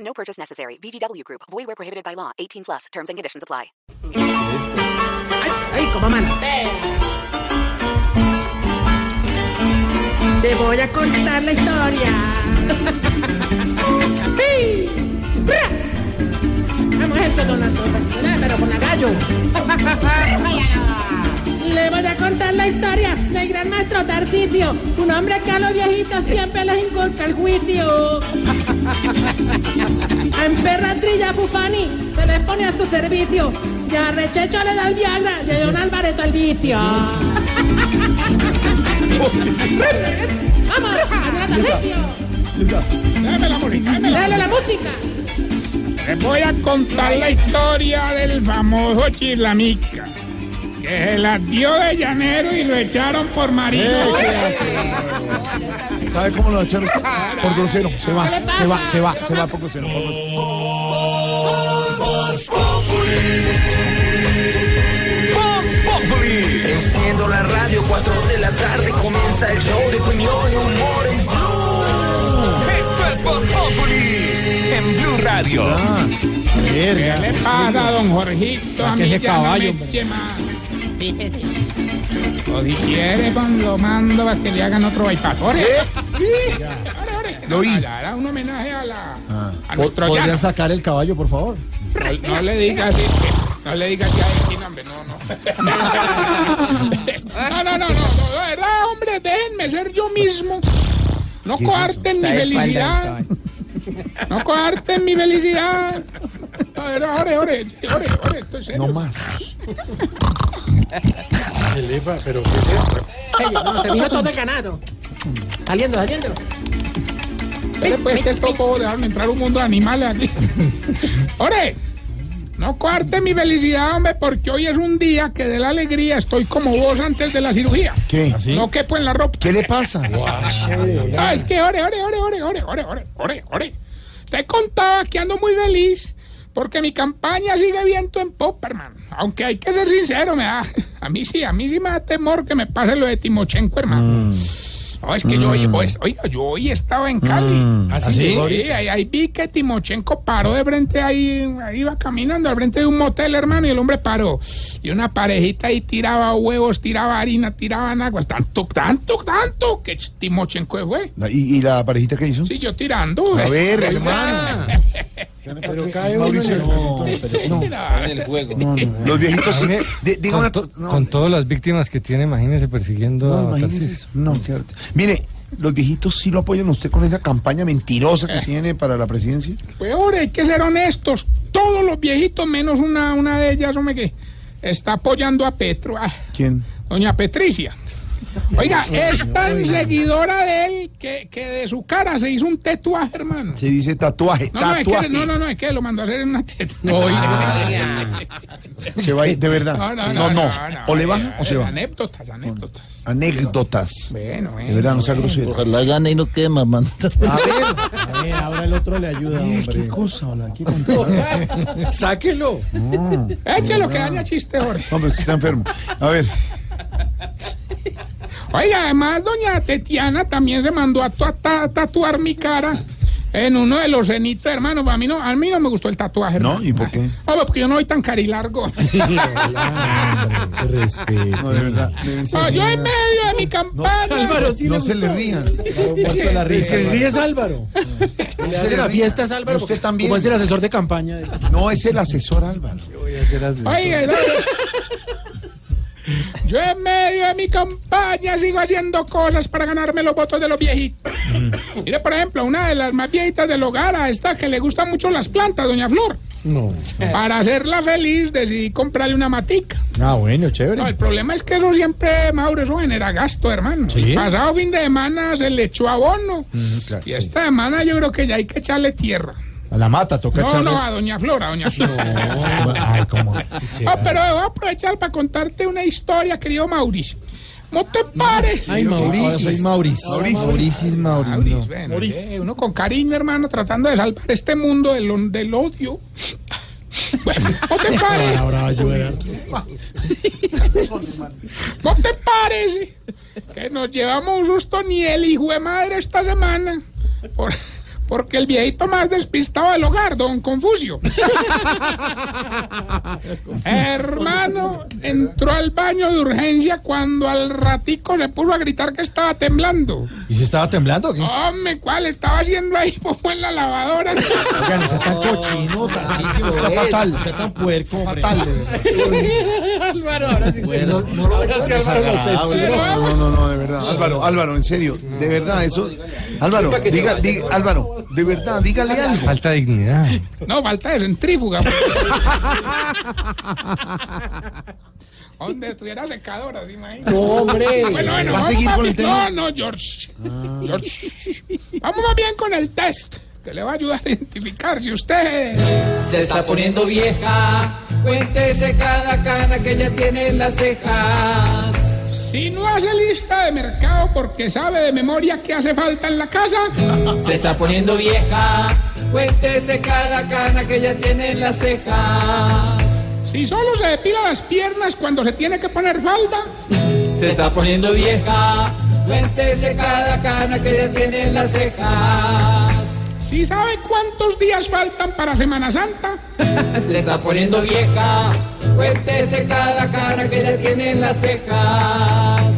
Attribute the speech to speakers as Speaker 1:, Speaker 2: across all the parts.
Speaker 1: No purchase necessary. VGW Group. Void where prohibited by law. 18 plus. Terms and conditions apply.
Speaker 2: ¡Ay, cómo amanece! Te voy a contar la historia. ¡Sí! ¡Bra! Vamos esto con la con- pero con la gallo. Le voy a contar la historia del gran maestro Tarcisio, un hombre que a los viejitos siempre les inculca el juicio. A Emperatrilla Fufani se les pone a su servicio. Y a Rechecho le da el Viagra y a Don Alvareto el vicio. ¡Vamos! ¡Adora Tarcisio!
Speaker 3: Dámela, Mónica, dámela.
Speaker 2: ¡Dale la música!
Speaker 3: Les voy a contar la historia del famoso Chilamica, que se las dio de llanero y lo echaron por marino.
Speaker 4: Eh, ¿Sabe cómo lo echaron?
Speaker 3: Ah,
Speaker 4: Por grosero. Se va,
Speaker 2: ¿Qué le pasa?
Speaker 4: se va, se va, se va por grosero. por grosero.
Speaker 5: Enciendo la radio, 4 de la tarde comienza el show de opinión y humor en Blue. Esto es Voz Populi en Blue Radio.
Speaker 4: Ah,
Speaker 3: ¿Qué
Speaker 4: verga.
Speaker 3: le pasa, don Jorgito? A
Speaker 4: que
Speaker 3: mí
Speaker 4: ese
Speaker 3: ya
Speaker 4: caballo,
Speaker 3: no me
Speaker 4: hombre.
Speaker 3: eche más. O si quiere, pon- lo mando para que le hagan otro bypass. ¡Ore! ¡Ore, ore!
Speaker 4: ¿Eh? Lo vi. Ah.
Speaker 3: Era un homenaje a la... A
Speaker 4: Po-
Speaker 3: nuestro
Speaker 4: ¿Podrían
Speaker 3: llano.
Speaker 4: sacar el caballo, por favor?
Speaker 3: No, no le digas así. que- No le digas que hay aquí, no, hombre, no, no. No, no, no, no, no, de verdad, hombre, déjenme ser yo mismo. No coarten mi felicidad. No coarten mi felicidad. A ver, ore, ore, sí, ore, ore, esto es serio.
Speaker 4: No más.
Speaker 2: Ey, no, se vino todo de ganado. Saliendo, saliendo.
Speaker 3: Ustedes, pues, que esto puedo dejarme entrar un mundo de animales aquí. ¡Ore! No coarten mi felicidad, hombre, porque hoy es un día que de la alegría estoy como vos antes de la cirugía.
Speaker 4: ¿Qué? ¿Ah, ¿Así?
Speaker 3: No quepo en la ropa.
Speaker 4: ¿Qué le pasa?
Speaker 3: No, Ah, es que ore, ore, ore, ore, ore, ore, ore, ore, ore. Te contaba que ando muy feliz porque mi campaña sigue viento en Popperman. Aunque hay que ser sincero, me da. A mí sí, a mí sí me da temor que me pase lo de Timochenko, hermano. No, es que yo, hoy- pues, oiga, yo hoy estaba en Cali.
Speaker 4: ¿Así?
Speaker 3: Sí, ahí, ahí vi que Timochenko paró de frente ahí, ahí iba caminando al frente de un motel, hermano, y el hombre paró. Y una parejita ahí tiraba huevos, tiraba harina, tiraban agua, tanto, tanto, tanto que Timochenko se fue.
Speaker 4: ¿Y, y la parejita que hizo?
Speaker 3: Siguió tirando.
Speaker 4: A
Speaker 3: eh.
Speaker 4: ver, hermano. Pero cae Mauricio. No,
Speaker 3: Mira,
Speaker 4: Los viejitos. sí- di- Diga una. co- pues, no,
Speaker 6: Con todas las víctimas que tiene, imagínese persiguiendo
Speaker 4: No,
Speaker 6: a
Speaker 4: imagínese
Speaker 6: Tarcisio.
Speaker 4: eso. No, qué arte. Mire, los viejitos sí lo apoyan a usted con esa campaña mentirosa
Speaker 3: Eh.
Speaker 4: que tiene para la presidencia.
Speaker 3: Peor, hay que ser honestos. Todos los viejitos, menos una, una de ellas, hombre, que está apoyando a Petro. Ah,
Speaker 4: ¿Quién?
Speaker 3: doña Patricia. Oiga, es tan seguidora de él que, que de su cara se hizo un tatuaje, hermano.
Speaker 4: Se dice tatuaje,
Speaker 3: No, no, es que,
Speaker 4: tatuaje.
Speaker 3: no, no, no, es que lo mandó a hacer en una teta.
Speaker 4: Se va a ir, de verdad.
Speaker 3: No, no,
Speaker 4: Sí.
Speaker 3: no, no, no,
Speaker 4: O le baja
Speaker 3: oiga,
Speaker 4: o se va.
Speaker 3: Anécdotas, anécdotas.
Speaker 4: Anécdotas.
Speaker 3: Bueno, bueno.
Speaker 4: De verdad, no sea grosero.
Speaker 7: Ojalá gane y no quema, man.
Speaker 4: A ver.
Speaker 6: ahora el otro le ayuda,
Speaker 4: ¿Qué cosa, hola? ¿Qué contar? Sáquelo. No,
Speaker 3: Échelo que daña chiste, Jorge.
Speaker 4: no, pero si está enfermo. A ver.
Speaker 3: Oiga, además, doña Tetiana también se mandó a, tua- ta- tatuar mi cara en uno de los cenitos, hermano. A mí no, a mí no me gustó el tatuaje.
Speaker 4: ¿No?
Speaker 3: hermano.
Speaker 4: ¿Y por qué?
Speaker 3: Hombre, porque yo no soy tan carilargo. Oh,
Speaker 4: No, de verdad.
Speaker 3: No, yo en medio de mi campaña.
Speaker 4: No se le rían. Es que el ríe es Álvaro. No se la fiesta es Álvaro. Usted también. es el asesor de campaña. No es el asesor Álvaro.
Speaker 3: Oiga, no, yo- yo en medio de mi campaña sigo haciendo cosas para ganarme los votos de los viejitos. Mire, por ejemplo, una de las más viejitas del hogar, a esta que le gustan mucho las plantas, doña Flor.
Speaker 4: No.
Speaker 3: Para hacerla feliz decidí comprarle una matica.
Speaker 4: Ah, bueno,
Speaker 3: No, el
Speaker 4: chévere.
Speaker 3: problema es que eso siempre, Mauro, eso genera gasto, hermano.
Speaker 4: Sí. Mm.
Speaker 3: Pasado fin de semana se le echó abono.
Speaker 4: claro,
Speaker 3: y
Speaker 4: sí.
Speaker 3: esta semana yo creo que ya hay que echarle tierra.
Speaker 4: A la mata, toca
Speaker 3: No,
Speaker 4: echarle-
Speaker 3: no, a Doña Flora, Doña Flora.
Speaker 4: No, ay, cómo.
Speaker 3: Ah, pero voy a aprovechar para contarte una historia, querido Mauricio. No te pares.
Speaker 4: Ay, Mauricio. Soy Mauricio. Mauricio.
Speaker 3: Mauricio, bueno, eh, uno con cariño, hermano, tratando de salvar este mundo del, on- del odio. Bueno, no te pares.
Speaker 4: Ahora va a llover.
Speaker 3: ¿No te parece que nos llevamos un susto ni el hijo de madre esta semana? Por- porque el viejito más despistado del hogar, don Confucio. Hermano, entró al baño de urgencia cuando al ratico le puso a gritar que estaba temblando.
Speaker 4: ¿Y se estaba temblando? o ¿Qué?
Speaker 3: Hombre, ¿cuál estaba haciendo ahí? Popo en la lavadora.
Speaker 4: Oiga, no sea tan cochino, Tarcisio, está fatal, sea tan puerco, hombre. fatal. de verdad.
Speaker 2: Álvaro, ahora sí se...
Speaker 3: Pero vamos.
Speaker 7: No, no, no, de verdad. Álvaro, Álvaro, en serio. De verdad, eso. Álvaro, diga, diga- Álvaro, de verdad, dígale algo.
Speaker 6: Falta de dignidad.
Speaker 3: No, falta de centrífuga. Donde estuviera secadora, ¿se imagina? No, hombre. Bueno, bueno,
Speaker 7: ¿Va a
Speaker 3: vamos
Speaker 7: seguir
Speaker 3: más
Speaker 7: con el
Speaker 3: bien-
Speaker 7: tema? Ah.
Speaker 3: No, no, George. George. Vamos más bien con el test, que le va a ayudar a identificar si usted...
Speaker 8: Se está poniendo vieja, cuéntese cada cana que ya tiene en las cejas.
Speaker 3: Si no hace lista de mercado porque sabe de memoria qué hace falta en la casa,
Speaker 8: Se está poniendo vieja, cuéntese cada cana que ya tiene en las cejas.
Speaker 3: si solo se depila las piernas cuando se tiene que poner falda,
Speaker 8: Se está poniendo vieja, cuéntese cada cana que ya tiene en las cejas.
Speaker 3: si sabe cuántos días faltan para Semana Santa,
Speaker 8: Se está poniendo vieja, cuéntese cada cana que ya tiene en las cejas.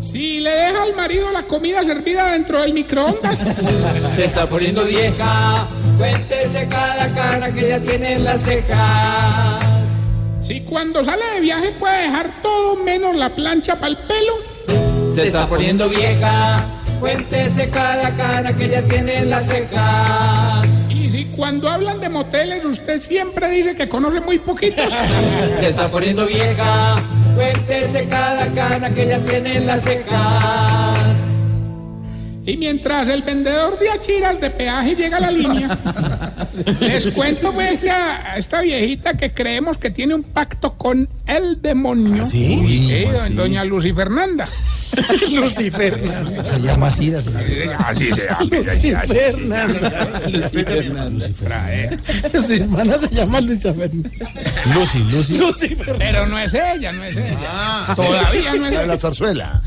Speaker 3: si le deja al marido la comida servida dentro del microondas...
Speaker 8: Se está poniendo vieja, cuéntese cada cana que ya tiene en las cejas.
Speaker 3: Si cuando sale de viaje puede dejar todo menos la plancha para el pelo.
Speaker 8: Se está poniendo vieja, cuéntese cada cana que ya tiene en las cejas.
Speaker 3: Y si cuando hablan de moteles usted siempre dice que conoce muy poquitos.
Speaker 8: Se está poniendo vieja, cuéntese cada cana que ya tiene en las cejas.
Speaker 3: Y mientras el vendedor de achiras de peaje llega a la línea, les cuento pues que a a esta viejita que creemos que tiene un pacto con el demonio.
Speaker 4: ¿Ah, sí?
Speaker 3: Uy,
Speaker 4: Uy,
Speaker 3: do-
Speaker 4: ¿cómo así?
Speaker 3: Doña Lucy Fernanda.
Speaker 4: Lucifer. Se llama así la señora.
Speaker 9: Así se
Speaker 4: Su hermana se llama Luisa Fernanda. Lucy, Lucy.
Speaker 3: Pero no es ella, no es ella. Todavía no es
Speaker 7: La
Speaker 3: ella.
Speaker 7: de la zarzuela.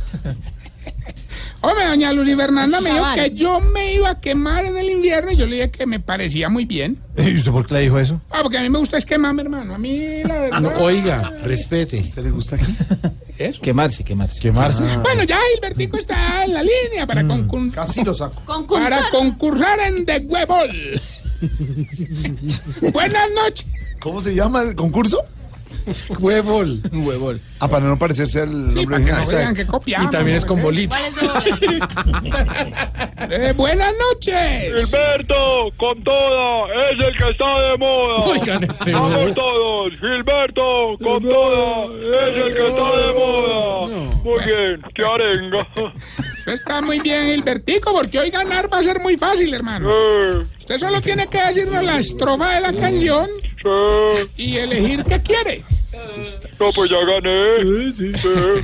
Speaker 3: Hombre, doña Luli Fernanda me dijo que yo me iba a quemar en el invierno y yo le dije que me parecía muy bien.
Speaker 4: ¿Y usted por qué le dijo eso?
Speaker 3: Ah, porque a mí me gusta es quemarme, hermano. A mí, la
Speaker 7: Ah,
Speaker 3: verdad.
Speaker 4: oiga, respete. ¿Eh?
Speaker 7: ¿Usted le gusta aquí?
Speaker 3: eso.
Speaker 4: Quemarse, quemarse. Quemarse.
Speaker 3: Bueno, ya Gilbertico está en la línea para,
Speaker 7: Mm.
Speaker 3: concur-
Speaker 7: Casi lo saco.
Speaker 3: para concursar en The Huevol. Buenas noches.
Speaker 7: ¿Cómo se llama el concurso?
Speaker 4: Huevol.
Speaker 7: Ah, para no parecerse al
Speaker 3: Sí,
Speaker 7: nombre
Speaker 3: para que
Speaker 7: original.
Speaker 3: no vean que
Speaker 7: Exacto.
Speaker 3: copiamos.
Speaker 4: bolita.
Speaker 3: Eh, buenas noches.
Speaker 10: Gilberto, con toda, es el que está de moda.
Speaker 4: Oigan este
Speaker 10: Vamos
Speaker 4: huevón.
Speaker 10: todos, Gilberto, con toda, es el que está de moda. Muy bien, qué arenga.
Speaker 3: Está muy bien, Gilbertico, porque hoy ganar va a ser muy fácil, hermano.
Speaker 10: Eh,
Speaker 3: Usted solo tiene que decirnos la estrofa de la canción
Speaker 10: eh,
Speaker 3: y elegir qué quiere.
Speaker 10: no, pues ya gané. Eh,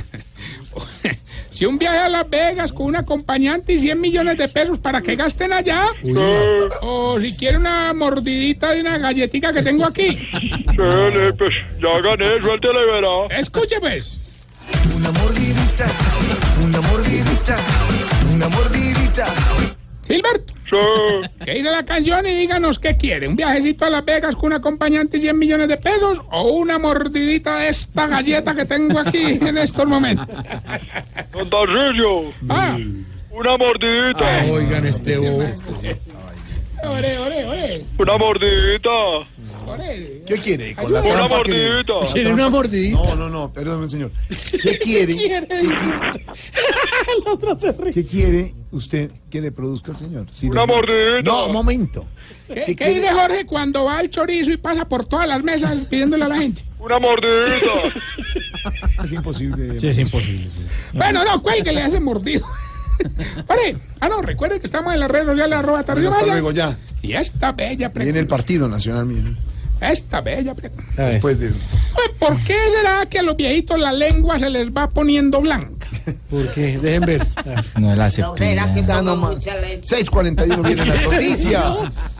Speaker 3: Si un viaje a Las Vegas con un acompañante y 100 millones de pesos para que gasten allá.
Speaker 10: eh,
Speaker 3: O si quiere una mordidita de una galletita que tengo aquí.
Speaker 10: eh, le- pues ya gané, suéltele, verá.
Speaker 3: Escuche pues. Una mordidita, una mordidita, una mordidita. Gilberto,
Speaker 10: Sí.
Speaker 3: que dice la canción y díganos qué quiere. ¿Un viajecito a Las Vegas con un acompañante y 100 millones de pesos? ¿O una mordidita de esta galleta que tengo aquí en estos momentos?
Speaker 10: Don Tarcillo,
Speaker 3: Ah,
Speaker 10: una mordidita,
Speaker 4: Oigan este bobo.
Speaker 3: ore, ore, ore.
Speaker 10: una mordidita,
Speaker 3: ore.
Speaker 7: ¿Qué quiere? Con la
Speaker 10: una
Speaker 3: Eh,
Speaker 7: trampa que-
Speaker 10: mordidita.
Speaker 4: Tiene una mordidita.
Speaker 7: No, no, no, perdóneme, señor. ¿Qué quiere? ¿Qué quiere? ¿Qué quiere usted que le produzca al señor? Si
Speaker 10: Una
Speaker 7: le-
Speaker 10: mordidita.
Speaker 7: No, un momento.
Speaker 3: ¿Qué, qué dice Jorge cuando va al chorizo y pasa por todas las mesas pidiéndole a la gente?
Speaker 10: Una mordidita.
Speaker 7: Es imposible.
Speaker 4: Sí, es imposible.
Speaker 3: Bueno, no, cuélguele a ese mordido. Ore, ah, no, recuerden que estamos en las redes sociales, arroba Tarcisio
Speaker 4: Hasta
Speaker 3: Maya.
Speaker 4: luego, ya.
Speaker 3: Y esta bella
Speaker 4: Viene el
Speaker 3: pregunta.
Speaker 4: Partido Nacional mío.
Speaker 3: Esta bella pregunta.
Speaker 4: Después de...
Speaker 3: Pues, ¿Por qué será que a los viejitos la lengua se les va poniendo blanca?
Speaker 11: Porque, dejen ver.
Speaker 2: No, la
Speaker 4: Ya nomás. 6.41 vienen las noticias.